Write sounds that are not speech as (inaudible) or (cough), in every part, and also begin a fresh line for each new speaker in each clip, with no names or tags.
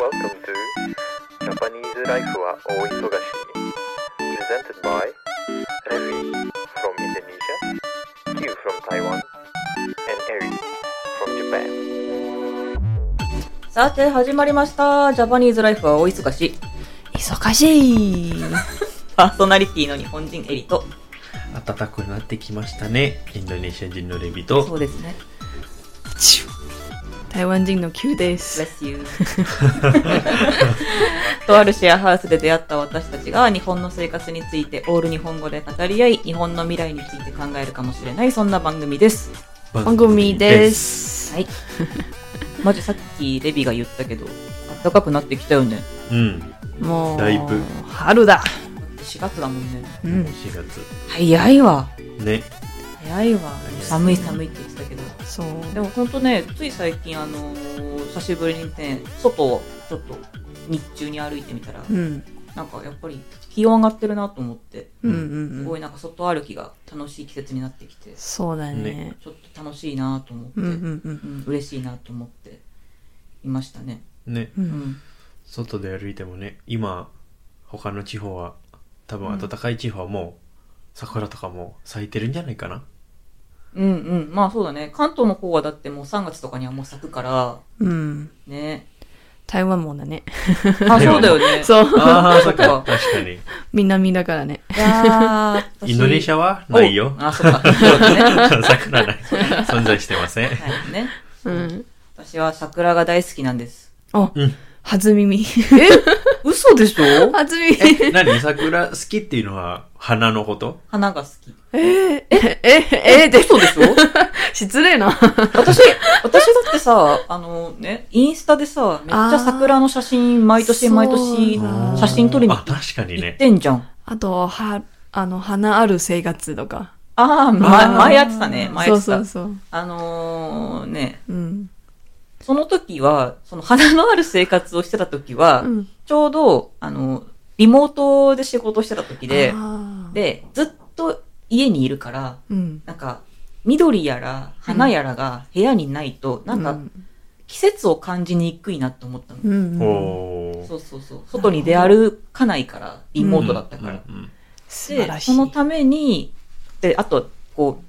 Welcome to Japanese Life は大忙しに Presented by Revi from Indonesia, Q from Taiwan, and Eri from Japan
さて始まりましたジャパニーズライフは大忙し
忙しい。
パーソナリティの日本人エリと
暖かくなってきましたねインドネシア人のレビ
そ
と
うですね
(laughs) 台湾人の Q で
b
す。
e you (laughs) とあるシェアハウスで出会った私たちが日本の生活についてオール日本語で語り合い日本の未来について考えるかもしれないそんな番組です
番組です。
はいまずさっきレビが言ったけど暖かくなってきたよね
うん
もう、
だいぶ
春だ。
4月だもんね
うん。
4
早いわ
月ね
早いわ寒い寒いって言ってたけど
そう。
でも本当ね、つい最近、あのー久しぶりにね、外をちょっと日中に歩いてみたら、
うん。
なんかやっぱり気温上がってるなと思って、
うんうん
す
う
ご
ん。
いなんか外歩きが楽しい季節になってきて、ち
そうだね
ね。
ょっと楽しいなと思って、
う
うん
うん
ん
うん。
嬉しいなと思っていましたね。
ね
う。
うんん、
外で歩いてもね今他の地方は多分暖かい地方はもう桜とかも咲いてるんじゃないか
(laughs)
な
うん、うん、まあそうだね。関東の方はだってもう3月とかにはもう咲くから、
うん。 (laughs)
ね。
台湾もだね。
あ、そうだよね。
(laughs) そう。
ああそっ
そ
か
っか
(laughs) 確かに
南だからね。
いやー
インドネシ
は
アはないよ
あ、そっか。そう
(laughs)
だね。
桜ない存在してません
はいね。
うん。
私は桜が大好きなんです。
あ
うん、
初耳。
嘘でしょ
(laughs) 初耳。
何桜好きっていうのは花のこと
花が好き。
え、え、え、え、で、
嘘でしょ
失礼 (laughs) な。
私、私だってさ、あのね、インスタでさ、めっちゃ桜の写真、毎年毎年
そうあー
写真撮りに
あ確かに
行っ
ね
てんじゃん。
あと、は、あの、花ある生活とか。
ああ、
あ
前、
ー
前やってたね、前やって
そう
た。
そうそう。
あのーね、
うん。
その時は、その花のある生活をしてた時は、
うん。
ちょうど、あの、リモートで仕事してた時で、
あー、
で、ずっと家にいるから、
うん。
なんか、緑やら花やらが部屋にないと、なん
う
か季節を感じにくいなと思ったの。
うん
お
うん、
お
そうそうそう。外に出歩かないから、リモートだったから。
うん
素晴
で、
らしい。
そのために、で、あと、こう、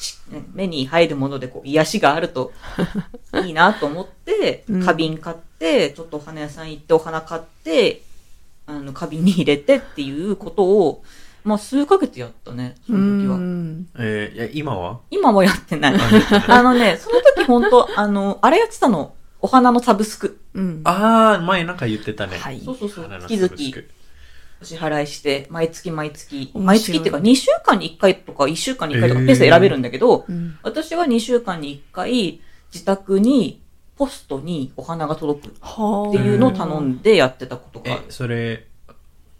し目に入るもので、こう、癒しがある
(laughs)
といいなと思って
うん、
花瓶買って、ちょっとお花屋さん行ってお花買って、あの、花瓶に入れてっていうことを、まあ、数ヶ月やったね、その時
う
は。
ん
えーいや今は
今もやってない。
あやってない
(laughs) あのね、その時本当あの、あれやってたの。お花のサブスク。
うん。
ああ、前なんか言ってたね。
はい。
そうそうそう。
花の
月
サブスク
々お支払いして、毎月毎月。
面白い
毎月っていうか、2週間に1回とか1週間に1回とか
えー
ペース選べるんだけど、
うん。
私は2週間に1回、自宅に、ポストにお花が届くっ
は
ていうのを頼んでやってたことが
え
ある、。
それ、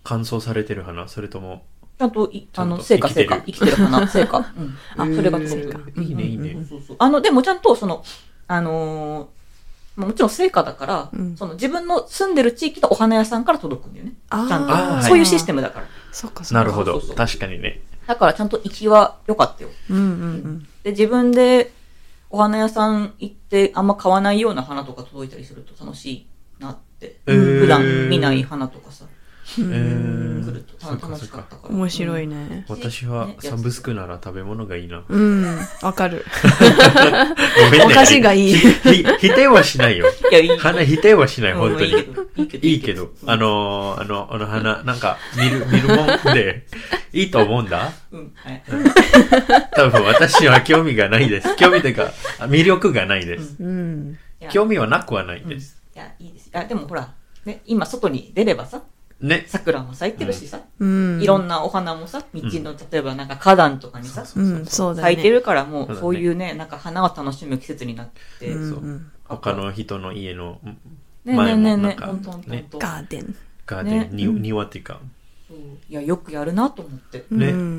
乾燥されてる花それとも。
ちゃんとい、
ち
あ
ゃんと
の、成果
生きて
成
る
果。生きてる
(laughs)
花、成果。うん。あ、それが
えー
届く。
いいね、いい
うんうんう
ね
ん。
そうそう。あの、でもちゃんと、その、あのーまあもちろん成果だから、
うん
その自分の住んでる地域のお花屋さんから届くんだよね。
あー
ちゃんと。
あーはい
そういうシステムだから。
そっかそっか。
なるほ
そ
ど。
うそうそう
確かにね。
だからちゃんと行きは良かったよ。
うんうん
で、自分でお花屋さん行ってあんま買わないような花とか届いたりすると楽しいなって。
えー
普段見ない花とかさ、
う
え
ん。
来
ー
ると
そっか
楽
そ
し
っ
かっ
か
た。から。
面白い
ね。
ね。
私はサブスクなら食べ物がいいな。
うん。わかる。
ごめんね。
お菓子がいい
ひひ否定はしないよ。
いや、いい。
花否定はしない、
うん
本当
いいけ
に。
ど。いいけど。
いいけど、あ、のー、あの、あの花、なんか、見る、見るもんで、いいと思うんだ
うん、はい。
多分私には興味がないです。興味というか、魅力がないです。
うん。
いや
興味はなくはない
うんい
です。
や、いいです。あ、でもほら、ね、今外に出ればさ、
ね。
桜も咲いてるしさ、
うん。
いろんなお花もさ、道の、例えばなんか花壇とかにさ、
そう
うん、そうだね。
咲いてるから
そう
も
だ
う、
ね
そういうね、なんか花を楽しむ季節になって、
うん
ね
うん。
他の人の家のん
えねえねえ
前もな
ね
ん
え、
か
ほんとほんとほん
ね
と。
ガーデン。
ガーデン、
ね
に庭っていうか、
そういや、よくやるなと思って。
ね
うん。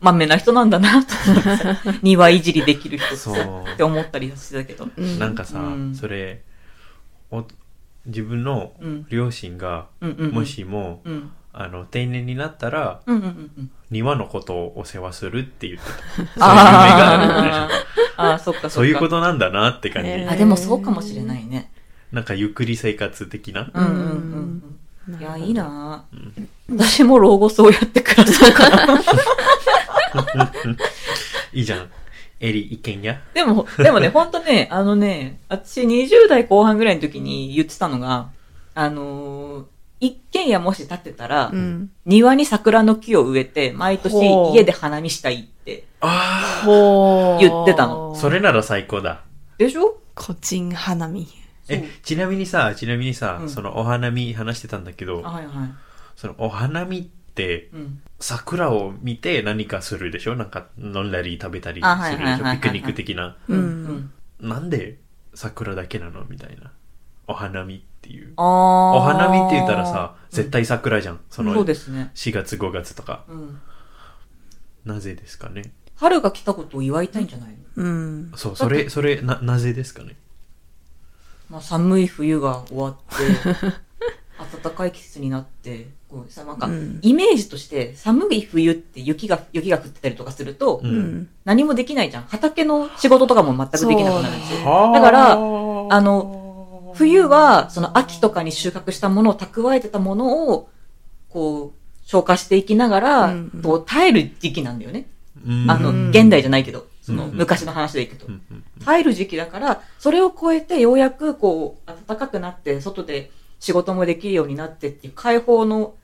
まめな人なんだなと思って
(laughs)
さ、庭いじりできる人ってさ
そう
って思ったりしてたけど。
うん
なんかさ、
うん
それお自分の
うん
両親が
うんうんうん。
もしも、
うん。
あの定年になったら
うんうんうんうん。
庭のことをお世話するって言ってたそういう
(laughs)
夢があるみたいな
あーあー、そっかそっか。
そういうことなんだなって感じ、
ね
あ、でもそうかもしれないね。
なんかゆっくり生活的な。
うんうんうんうん。いや、いいなぁ私も老後そうやって暮らそうかな。
いいじゃん。エリ、意見や。
(laughs) でも、でもね、ほんとね、あのね、私20代後半ぐらいの時に言ってたのが、あのー一軒家もし建てたら、
うん。
庭に桜の木を植えて、毎年
ほう
家で花見したいって。
あ
ほー
言ってたの
あ、それなら最高だ。
でしょ
個人花見。
え、ちなみにさ、ちなみにさ、
うん
そのお花見話してたんだけど、
あはいはい。
そのお花見って、
うん。
桜を見て何かするでしょなんか飲んだり食べたり
あはい
する
は
で
い
し
は
ょ
いはい
ピクニック的な。
うん
なんで桜だけなのみたいな。お花見っていう。
ああ。
お花見って言ったらさ、絶対桜じゃん。その
そうですね。
4月5月とか。
うん。
なぜですかね
春が来たことを祝いたいんじゃないの
うん。
そう、それ、それ、な、なぜですかね
まあ、寒い冬が
(laughs)
終わって、暖かい季節になって、こうさ、なんか、
うん
イメージとして、寒い冬って雪が、雪が降ってたりとかすると、
うん
うん。
何もできないじゃん。畑の仕事とかも全くできなくなる
そう
し。
は
だから
あ
あの、冬は、その秋とかに収穫したものを蓄えてたものを、こう、消化していきながら、
うんうん
こう耐える時期なんだよね。
うん
あ
うん
の、現代じゃないけど、その
うん
昔の話でいくと
う。んうん
耐える時期だから、それを超えてようやくこう、暖かくなって、外で仕事もできるようになってっていう解放の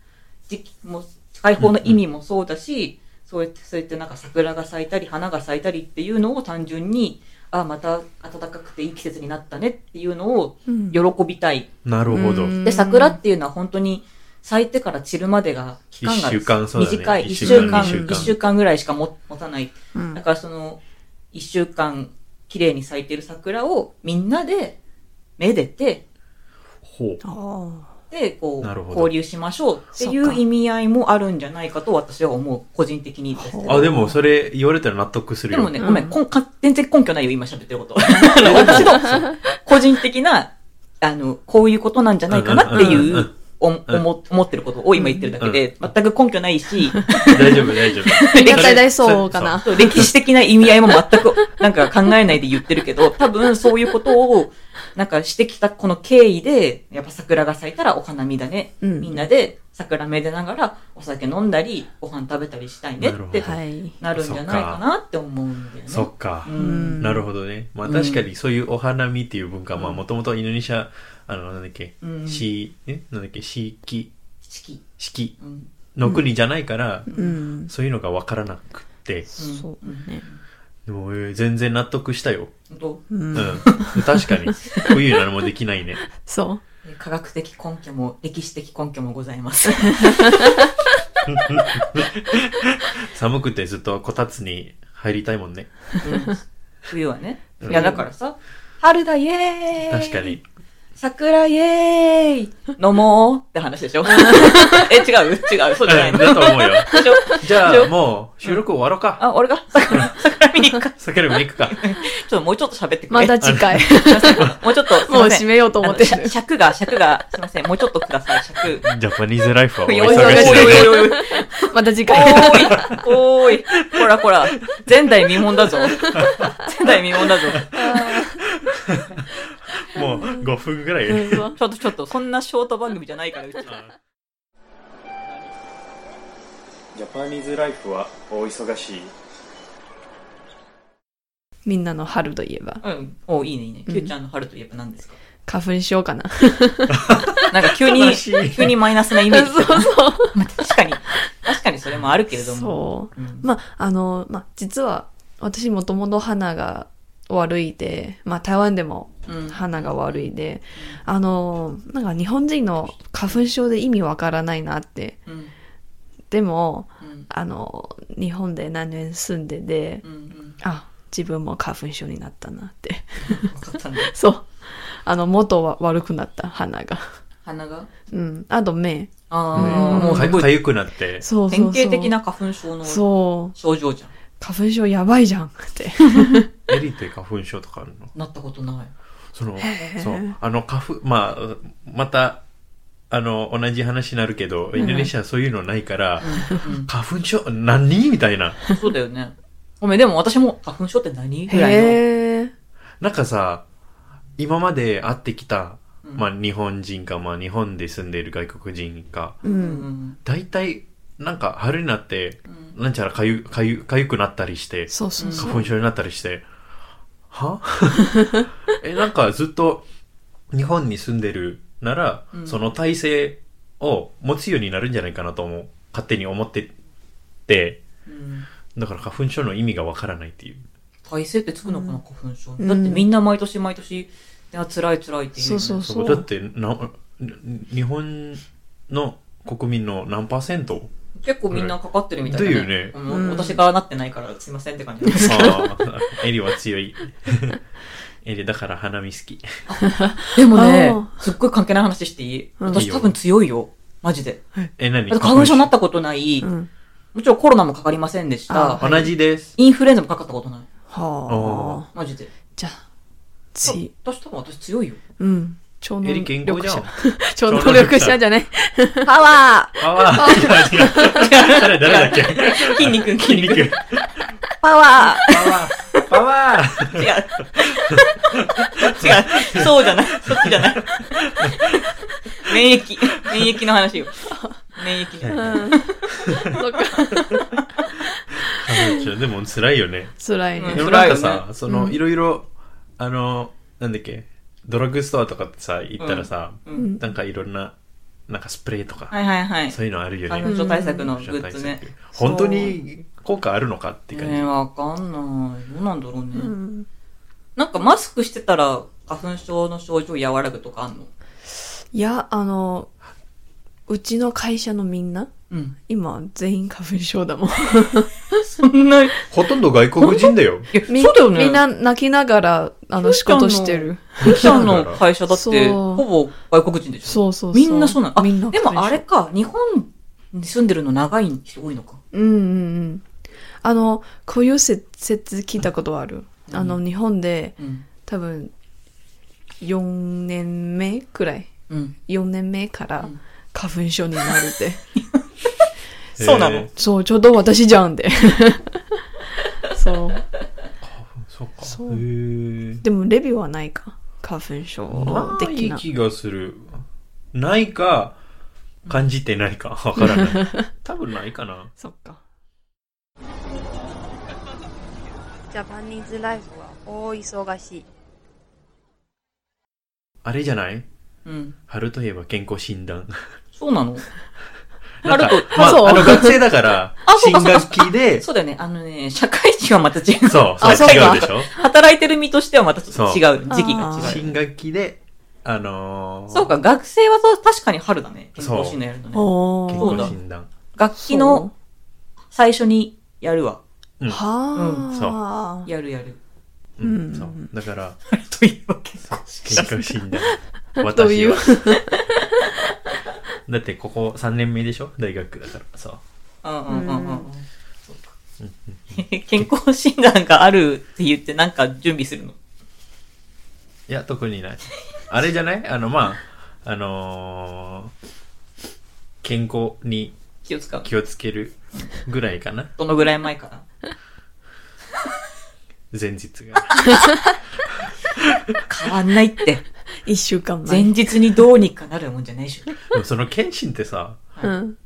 時期も、解放の意味もそうだし、そうやって、そうやってなんか桜が咲いたり、花が咲いたりっていうのを単純に、あ、また暖かくていい季節になったねっていうのを
うん
喜びたい。
なるほど。
で、桜っていうのは本当に咲いてから散るまでが、期間が
一週間そうだね
短い。
一
一
週
週
間
間、
二週間
一週間ぐらいしかも持たない
うん
だからその、一週間、綺麗に咲いてる桜をみんなで、めでて、
ほう。
ああ
で、こ
なるほ
う、
ど
交流しましょうってい
そう
う
か
意味合いもあるんじゃないかと私は思う。個人的にですけど
あ、でも、それ言われたら納得する
で
よ。
もね、
うん
ごめん、こんか全然根拠ないよ、今喋ってること。あの私の (laughs) 個人的な、あの、こういうことなんじゃないかなって
うんうん
い
うんう
う、お思思ってることを今言ってるだけで、全く根拠ないし、
大丈夫、大丈夫。
(laughs) 絶対大そうかな。
そう歴史的な意味合いも全く (laughs) なんか考えないで言ってるけど、多分そういうことをなんかしてきたこの経緯で、やっぱ桜が咲いたらお花見だね。
うん
みんなで桜めでながらお酒飲んだり、ご飯食べたりしたいね
なるほ
っ
ど
て
はい。
なるんじゃないかなって思うんだよね。
そっか
う。。
うんん
なるほどね。まあ確かにそういうお花見っていう文化は、まあもともとインドネシア、あの、なんだっけ
う、ん
し、えなんだっけ、四季、
四季。
四季
うん。
の国じゃないから、
うん。
そういうのがわからなくて、
そうね。
でもえー全然納得したよ。
ほんと
う。
うんん。確かに。冬なのもできないね。
そう。
科学的根拠も歴史的根拠もござ
(laughs)
います。
寒くてずっとこたつに入りたいもんね。
冬はね。
うん
いや、だからさ、春だイエーイ
確かに。
桜イエーイ飲もうって話でしょ (laughs) え、違う違う、そうじゃな
う
い
ん
の
だと思うよ。
(laughs) でしょ
じゃ
で
あ
しょ
もう収録終わろうか。
あ、俺が桜、桜見に行くか。ち
酒飲みに行くか。
ょっともうちょっと喋ってくれ。
また次回。
すいませんもうちょっと、すい
もう
ませ
締
ん。
めようと思って
あの
る
しゃ。尺が、尺が、すいません。もうちょっとください、尺。
ジャパニーズライ
(laughs)
フはお忙しい
お忙しい
だね。
おいおいおいおい
(laughs) また次
お
回。
ーい、おーい。こらこら。前代未聞だぞ。前代未聞だぞ。
もう5分ぐらい。
ちょっとちょっと、そんなショート番組じゃないから、うち。
ジャパニーズライフは大忙しい。
みんなの春といえば、
うん。おいいね、いいね。キューちゃんの春といえば何
(laughs)
ですか
花粉にしようかな。
なんか急に
悲しい、
急にマイナスなイメージ。
(laughs) そうそう。
まあ確かに、確かにそれもあるけれども。
そう。
うん
まあ、あの、まあ、実は、私もともと鼻が悪いで、まあ、台湾でも
うん
鼻が悪いで、あの、なんか日本人の花粉症で意味わからないなって。
うん
でも、
うん
あの、日本で何年住んでで
う、んうん
あ、自分も花粉症になったなって。 (laughs)
分かったんだ。
そう。あの、元は悪くなった、鼻が。
鼻が
うん。あと目。
ああ、
うん
もう
か
すご
か
い
ゆくなって。
そうそうそ
典
う。
型的。な花粉症の
そう。
症状じゃん。
花粉症やばいじゃんって。
エリって花粉症とかあるの
なったことない。
その
へ、ー
そう。あの花粉、まあ、また、あの、同じ話になるけど、インドネシアはそういうのないから、
うん
花粉症、何みたいな。
そうだよね。ごめん、でも私も花粉症って何ぐらいの。
へえ。
なんかさ、今まで会ってきた
うん
まあ日本人か、まあ日本で住んでいる外国人か、
う。
うんん
大体、なんか春になって、
うん
なんちゃらかゆ、かゆ、かゆくなったりして、
そうそうそ
花
う。
粉症になったりして、
(laughs)
はえ、なんかずっと日本に住んでるなら、
うん
その体制を持つようになるんじゃないかなと思う。勝手に思ってて、
うん
だから花粉症の意味がわからないっていう。
体勢ってつくのかな、花粉症。
ん
だってみんな毎年毎年、いや辛い辛いって言うよね、
そうそう
そうだってな、に日本の国民の何パーセント
結構みんなかかってるみたいだ
だよね
うん
うん
私がなってないからすいませんって感じ。
ああ、エリは強い。エリだから花見好き。
でもね
あ、
すっごい関係ない話していい、
うん
私多分強いよ。マジで。
え、何
だって花粉症になったことない、
うん。
もちろんコロナもかかりませんでし
あ
た。
同じです。
インフルエンザもかかったことない。
はあ。
マジで。
じゃあ、次。
私多分私強いよ。
うん。超能
エリ健康
力
じゃ
者
ん。。
(laughs) 超能力者じゃね。パワー
パワー。違う違う。誰誰だっけ (laughs)
筋肉、
筋肉。
パワ
パワー。パワー。
違う。違う。そうじゃない。そっちじゃ (laughs) ない。免疫。免疫の話よ。免疫
ー
の。
うん。 (laughs) そっか。
花粉症でも辛いよね。
辛いね。
で
うん
もなんか
辛いよ
さ、その、いろいろ、あの、なんだっけ、ドラッグストアとかってさ、行ったらさ、
うん
うん。
なんかいろんな、なんかスプレーとか、
はいはいはい。
そういうのあるよね。
花粉症対策のグ
花粉症
ッ
対
ズ
策
ね。
本当に効果あるのかって感じ。
ねわかんない。どうなんだろうね。
うん
なんかマスクしてたら花粉症の症状和らぐとかあんの
いや、あの、うちの会社のみんな、
うん。
今、全員花粉症だもん。
そんな、い
ほとんど外国人だよ。
や
み
そうだよね。
みんな泣きながら、あの、仕事してる。
ゆきさんの会社だっ
そう
て、ほぼ外国人でしょ
そうそうそう。
みんなそうなの。あ、
みんな
で
花粉症
もあれか、日本に住んでるの長い人多いのか。
うんうんうん。あの、こういう説説聞いたことある。あの、日本で
うん。
多分、4年目くらい。
うん。
4年目から
うん
花粉症になるって。
(laughs)
(laughs)
そうなの
えー
そう、ちょうど私じゃん (laughs) って。そう。
そうか。
そう
へー
でも、レビューはないか。花粉症
な
的
い
な。
気がする。ないか、感じてない
(laughs)
か、わからない。多分ないかな。
そっか。
ジャパニーズライフは大忙しい。
あれじゃない
うん。
春といえば健康診断。
そうなの
なんか
(laughs) 春
ま
あそう
あ、あの学生だ
(laughs)
から、
そ
新
うかそうか
学期で、そ
(laughs) そうだよね。あのね、社会人はまた違う。 (laughs)
う、そう、
あそうか
違うでしょ
働いてる身としてはまたちょっと違う。
そう
時期が
あー
違う。
新学期で、あのー、
そうか、学生はそう確かに春だね。健
そう
康診断やるのね。
お
健
ー。
康診断。
楽器の最初にやるわ。
うん
はあ。
やるやる。
う
うん
ん、そう。だから、
(laughs) というわけ。
健康診
(laughs)
断。
どう
私
いう
は。 (laughs) だって、ここ3年目でしょ大学だから。そう。
うんうんうんうんう
う
んん。そうか健康診断があるって言ってなんか準備するの。
いや、特にない。あれじゃないあの、まあ、あのー健康に
気を使う。
気をつけるぐらいかな。
どのぐらい前かな。
前日
(laughs)
が。
変わんないって。
一週間
前
前。
日にどうにかなるもんじゃないでしょ。
でもその検診ってさ、
うん。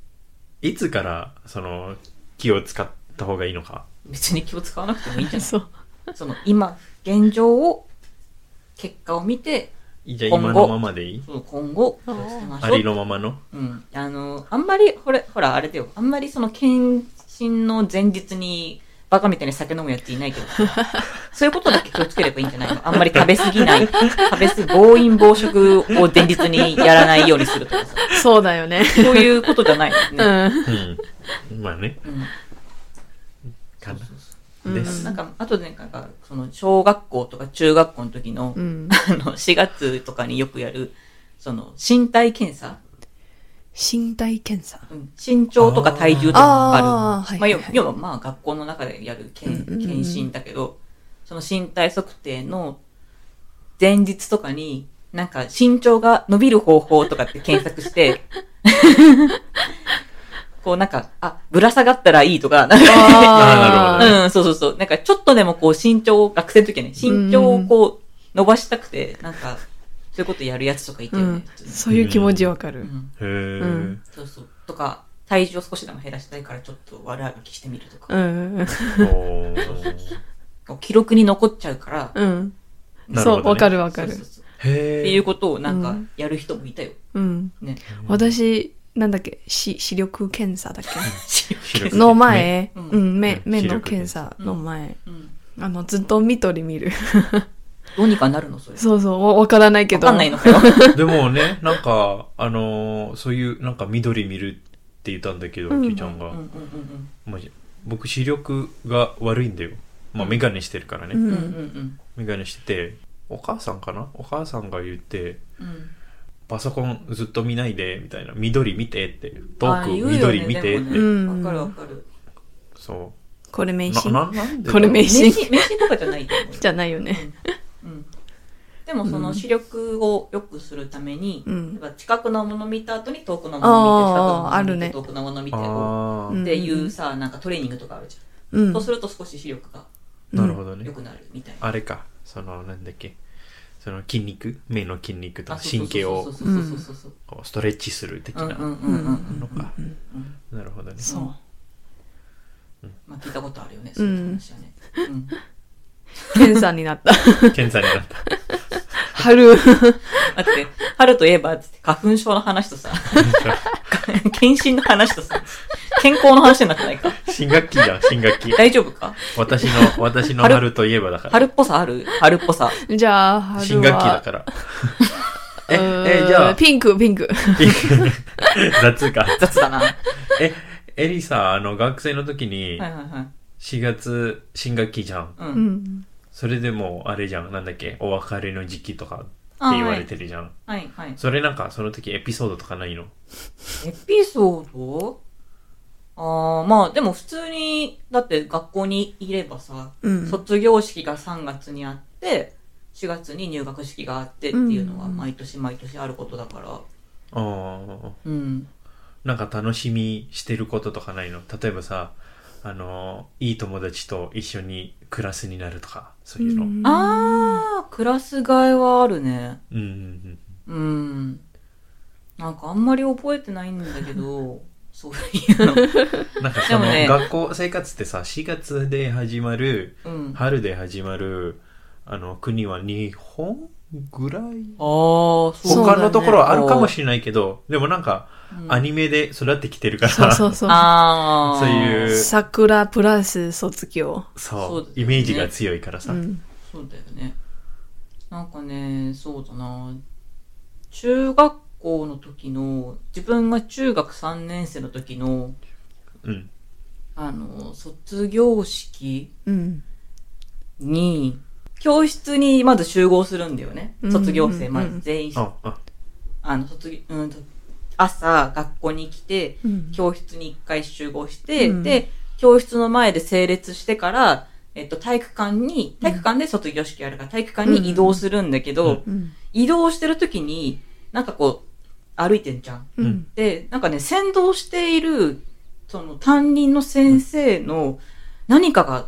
いつから、その、気を使った方がいいのか。
別に気を使わなくてもいいんじゃな
そう。
いその今、現状を、結果を見て、
じゃあ
今
今
後
のままでいい
その今後、気をつけまし
あ
ょ
り
う。
のままの
(laughs) うん。あの、あんまり、ほれ、ほら、あれだよ。あんまりその検診の前日に、バカみたいに酒飲むやついないけ
(laughs)
ど。そういうことだけ気をつければいいんじゃないのあんまり食べ過ぎない。食べ過ぎ、暴飲暴食を前日にやらないようにするとかさ。
そうだよね。
そういうことじゃないの
(laughs)
ね。
うん。
うん。まあね。
うん
かな。
うん
です
なんか、あとで、なんか、その、小学校とか中学校の時の、
うん。
あの、4月とかによくやる、その、身体検査、
身体検査。
うん身長とか体重とかあ
あー
る。
はいはい
まあ、要要は、まあ、学校の中でやる検
うんうんうん
検診だけど、その身体測定の前日とかに、なんか、身長が伸びる方法とかって検索
(laughs)
して、こうなんか、あ、ぶら下がったらいいとか、なんか
あーなるほどね
うん、そうそうそう。なんかちょっとでもこう身長を、学生の時はね、身長をこう伸ばしたくて、なんか、そういうことやるやつとかいて
う
るね
ん。
普通に
そういう気持ちわか
う
る。
ん
へえ、
ん
そうそう。とか、体重を少しでも減らしたいからちょっと悪歩きしてみると
う
か。
ん。
おー
記録に残っちゃうから。
うん。
なるほ
そ
どね
う、わかるわかる
そう。そうそう
へえ
っていうことをなん
う
か
ん
やる人もいたよ。
うん。
ね。
私、なんだっけ、視視力検査だっ
視
け
力
の前、
うん
うん、目、
うん
目
視
の
力
検
検
査
査
の前、
うん。
あの、ずっと見とり見る。
どうにかなるのそれ。
そうそう、わわからないけ
わ
ど。
かんないの
(laughs)
かよ。
でもね、なんか、あのーそういう、なんか緑見るって言ったんだけど、
うん
キューちゃんが。
うんうんうん
まあ僕、視力が悪いんだよ。まあ、メガネしてるからね。
うん
うん。うんうん
メガネしてて、お母さんかなお母さんが言って、
うんうん。
パソコンずっと見ないで、みたいな。緑見てって。
あ
遠
あ
く、
言うよね
緑見てって。
でも
うん
ねわかるわかる。
そ
これ
う。
迷
な、
信
ななんでだ
これ迷
迷
信
信、迷信とかじゃないと思うよ。
じゃないよね。
うんうんでもそ
うん
の視力を良くするために、
うん
やっぱ近くのもの見た後に遠くのもの
あーあ
見て、
るね
近くのもの見て、遠くのもの
ああ、
見
うん
て、っていうさ、なんかトレーニングとかあるじゃ。
うんん
そうすると少し視力が
なるほどね。
良くなるみたいな。
あれか、その、なんだっけ。その筋肉目の筋肉と
あ
か神経
そう
を
そうそうそうそう
こうストレッチする的
そう。うんうん
な
うんうん
のか。
うん。
なるほどね。
そう。
まあ聞いたことあるよね、そういう話はね。うん
検査になった。
検査になった。 (laughs)
春。
待って、春といえば、つって花粉症の話と (laughs) さ、検診の話とさ、健康の話になってないか。
新学期だ、新学期。
大丈夫か
私の、私の
春
春といえばだから。
春っぽさある春っぽさ。
じゃあ、春は。
新学期だから。え、
うーん
え、じゃあ、
ピンク、ピンク。
(laughs) 雑か。
雑だな。はい
え、エリさ、あの、学生の時に
は、いはい。
4月、新学期じゃん。
う。
うんん。
それでもう、あれじゃん、なんだっけ、お別れの時期とかって
あ
言われてるじゃん。
はいはいはい。
それなんか、その時エピソードとかないの
エピソードああ、まあでも普通に、だって学校にいればさ、
うん。
卒業式が3月にあって、4月に入学式があってっていうのは
うん
毎年毎年あることだから。
あ
うん。
あ、なんか楽しみしてることとかないの例えばさ、あの、いい友達と一緒にクラスになるとか、そういうの。うん
ああ、クラス替えはあるね。
うんうん。
うん。なんかあんまり覚えてないんだけ
(laughs)
ど、そういうの。
なんかその
でもね
学校生活ってさ、4月で始まる、 (laughs)
うん。あ
春で始まる、あの、国は日本ぐらい
あ、そう
うだね
他のところはあるかもしれないけど、でもなんか、
うん
アニメで育ってきてるから、
そうそうそう。
ああ。
そういう
桜プラス卒業。
そ
そう
う
ですね
イメージが強いから
う
さ。
ん。
そうだよね。なんかね、そうだな。中学校の時の、自分が中学3年生の時の、
うん。
あの、卒業式
うん。
に、教室にまず集合するんだよね。
うん
卒業生、ま
う
ず
ん
全員、
あ、あ、
あの、卒業、うんと、朝、学校に来て、
うん
教室に一回集合して、
うん
で、教室の前で整列してから、えっと、体育館に、体育館で卒業式やるから、体育館に移動するんだけど、
うん
うん。
移動してる時に、なんかこう、歩いてんじゃん。
う
うんん。
で、なんかね、先導している、その担任の先生の何かが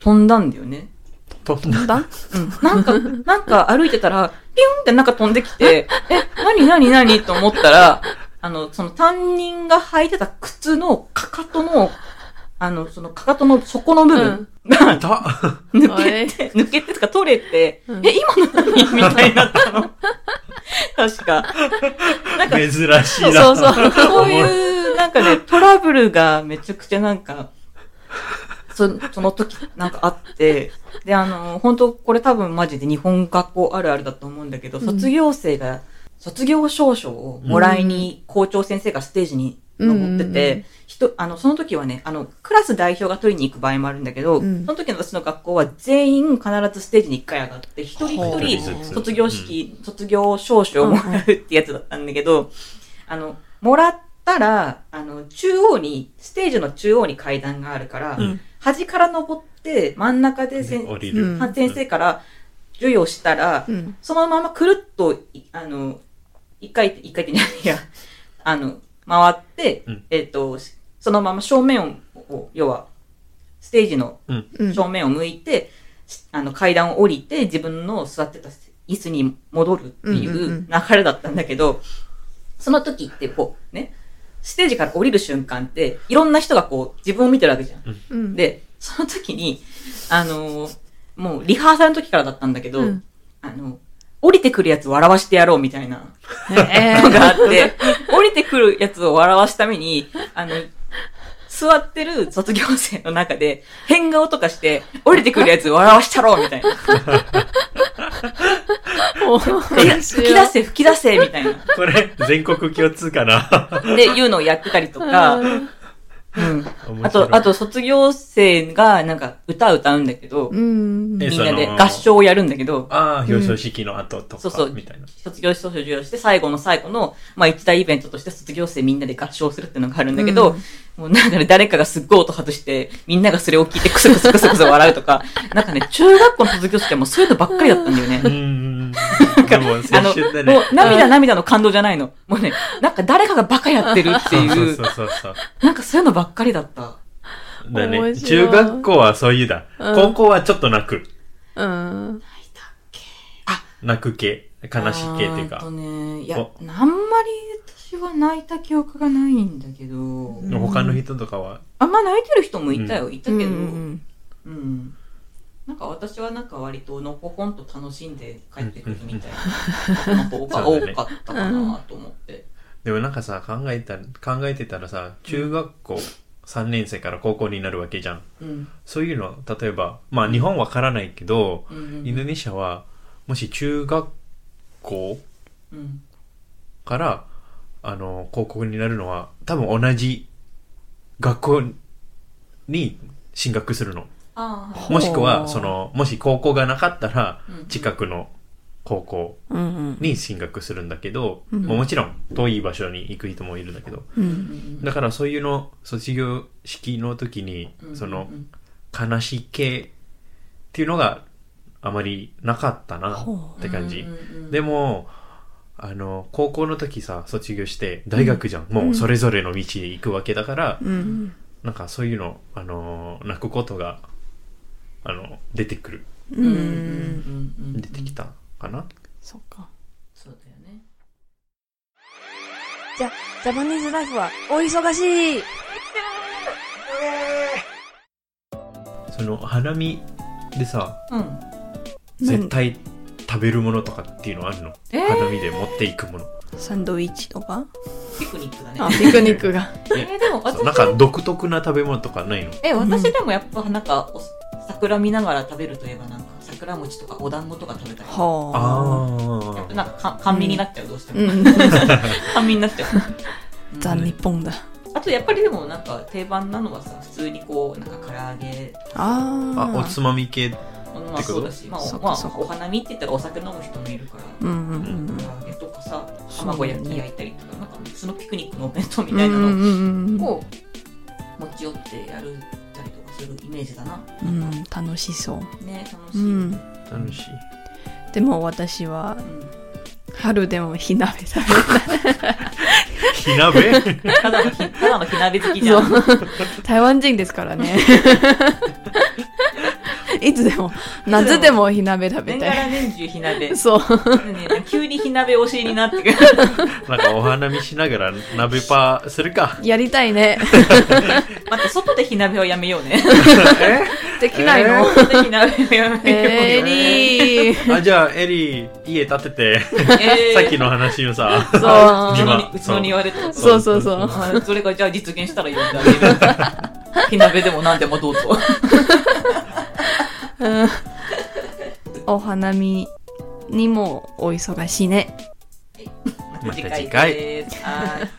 飛んだんだよね。
と、
だ
(laughs)
うん。なんか、 (laughs) なんか歩いてたら、ピュンってなんか飛んできて、え、なになになにと思ったら、あの、その担任が履いてた靴のかかとの、あの、そのかかとの底の部分が
た、
抜けて、抜けてとか取れて、
うん
え、今の何みたいになったの。確か。なんか、
珍しい
そう
な。
そうそう。
そういう、なんかね、 (laughs) トラブルがめちゃくちゃなんか、そその時、なんかあって、で、あの、本当これ多分マジで日本学校あるあるだと思うんだけど、
うん
卒業生が、卒業証書をもらいに校長先生がステージに登って
うんうんうん
て、人、あの、その時はね、あの、クラス代表が取りに行く場合もあるんだけど、
うん
その時の私の学校は全員必ずステージに一回上がって、一人
ほ
一
う
人卒業式、卒業証書を
うんうん
もらうってやつだったんだけど、あの、もらったら、あの、中央に、ステージの中央に階段があるから、
うん
端から登って、真ん中で
で
先
降り
う
る。
ん
は先生から授与したら、
うん。
そのままくるっと、いあの、一回、一回って何や、あの、回って、
うん
えっ、と、そのまま正面をを、要は、ステージの
うん。
うん。
正面を向いて、しあの階段を降りて自分の座ってたイスに戻るってい
んうんう
うんう流れだったんだけど、その時ってこうね、ステージから降りる瞬間って、いろんな人がこう自分を見てるわけじゃん。
うん、
で、その時に、あのーもうリハーサルの時からだったんだけど、
うん
あの、降りてくるやつを笑わしてやろうみたいな
え
のがあって、降りてくるやつを笑わすために、あの、座ってる卒業生の中で、変顔とかして、降りてくるやつを笑わしたろうみたいな。
ー、もう、
吹き出せ、吹き出せみたいな。
これ、全国共通かな
で、いうのをやってたりとか、うん。
面白い
あと、あ、と、卒業生が、なんか、歌歌うんだけど、
うん。
え
みんなで
その
合唱をやるんだけど、
ああ、表彰式の後とか、
そうそう
み
(laughs)
たいな。
卒業し、卒業して、最後の最後の、まあ、一大イベントとして卒業生みんなで合唱するっていうのがあるんだけど、
うん
もうなんかね、誰かがすっごい音外して、みんながそれを聞いてクスクスクスクス笑うと
(laughs)
か、なんかね、中学校の卒業生はもうそういうのばっかりだったんだよね
う。ん。でも、青
あの、
春だね。
もう涙涙の感動じゃないの。もうね、なんか誰かがバカやってるって
そうそ
いうう
そ、うそうそう。
なんかそういうのばっかりだった。
だ
面
ね。
白
中
い
学校はそういうだ。
うん
高校はちょっと泣く。
うん。
泣く系。悲しい系っていう
あー
か
と。ね、いや、あ
お
んまり私は泣いた記憶がないんだけど、
ん
他の人とかは、
あんま泣いてる人もいたよ、いたけど、う、
うんん
なんか私はなんか割とのほほんと楽しんで帰ってくるみたいな方が
うん
多
うんうん
かったかなと思って。
でもなんかさ、考えた、考えてたらさ、中学校3年生から高校になるわけじゃん。
うん。
そういうの、例えば、まあ日本わからないけど、
うんうん
インドネシアは、もし中学校
うん。
から、あの、高校になるのは、多分同じ学校に進学するの。
ああ、はい
もしく
ほう
は、その、もし高校がなかったら
うん、
近くの高校
うん。うん。
に進学するんだけど、
うん
まあもちろん遠い場所に行く人もいるんだけど、
う。
うんん
だからそういうの、卒業式の時に
う、ん
その
う、ん
悲しい系っていうのがあまりなかったな
ほ
って感じ
うん。うんうん
でも、あの、高校の時さ、卒業して、大学じゃん。もうそれぞれの道へ行くわけだから、
うん。
なんかそういうの、あの、泣くことが、あの、出てくる。
う
うんうんうん
ん。
うん
出てきたかな。
そっか。
そうだよね。
じゃ、ジャパニーズライフはお忙しい
その、花見でさ、
うん。
絶対食べるものとかっていうのあるの。
えー
花見で持っていくもの。
サンドイッチとか
ピクニックだね。
あ、ピクニックが。
えーでも
そう
私
なんか独特な食べ物とかないの
え、私でもやっぱなんか、お桜見ながら食べるといえばなんか、桜餅とかお団子とか食べたり。
はあ。
ああ。
なんかか、甘味になっちゃう、どうして
う
も。
ん。
甘味にな
(laughs)
っちゃう。うん
ザ・日本だ。
あとやっぱりでもなんか定番なのはさ、普通にこう、なんか唐揚げ、
ああ。
あ、おつまみ系。
まあそうだし、まあ
そっ
お、
か
ま
そっ
あ、
か
お花見って言ったらお酒飲む人もいるから。
うんうんうん。
唐揚げとかさ、
そうだね
卵焼き焼いたりとか、なんかそのピクニックのお弁当み
み
たいなの
の
を持ち寄ってやるたりとかするイメージだな。
うん、楽しそ
ね、楽し
う。
い。
う
うん。
ん。
楽しい。
でも私は、春でも火鍋食べ
火鍋 (laughs)
ただのひ、ただの火鍋好きじゃん。
たい。台湾人ですからね。いつでも、夏でも火鍋食べ
年が
た
ら年中火鍋
い。。そう。
ね急に火鍋推しになってくる。
なんかお花見しながら鍋パーする
(laughs)
か。
やりたいね。
待って、外で火鍋はやめようね。
できないの
外で火鍋はや (laughs) めようね。
えーりー。
あ、じゃあ、エリー、家建てて、
えー
(laughs) さっきの話をさ、
そう
ちの
今
うちの庭でってこと
そうそうそう
あそれがじゃあ実現したら呼んで
(laughs)
あげる。火鍋でも何でもどうぞ。
うん (laughs) お花見にもお忙しいね。
また次回
です。はい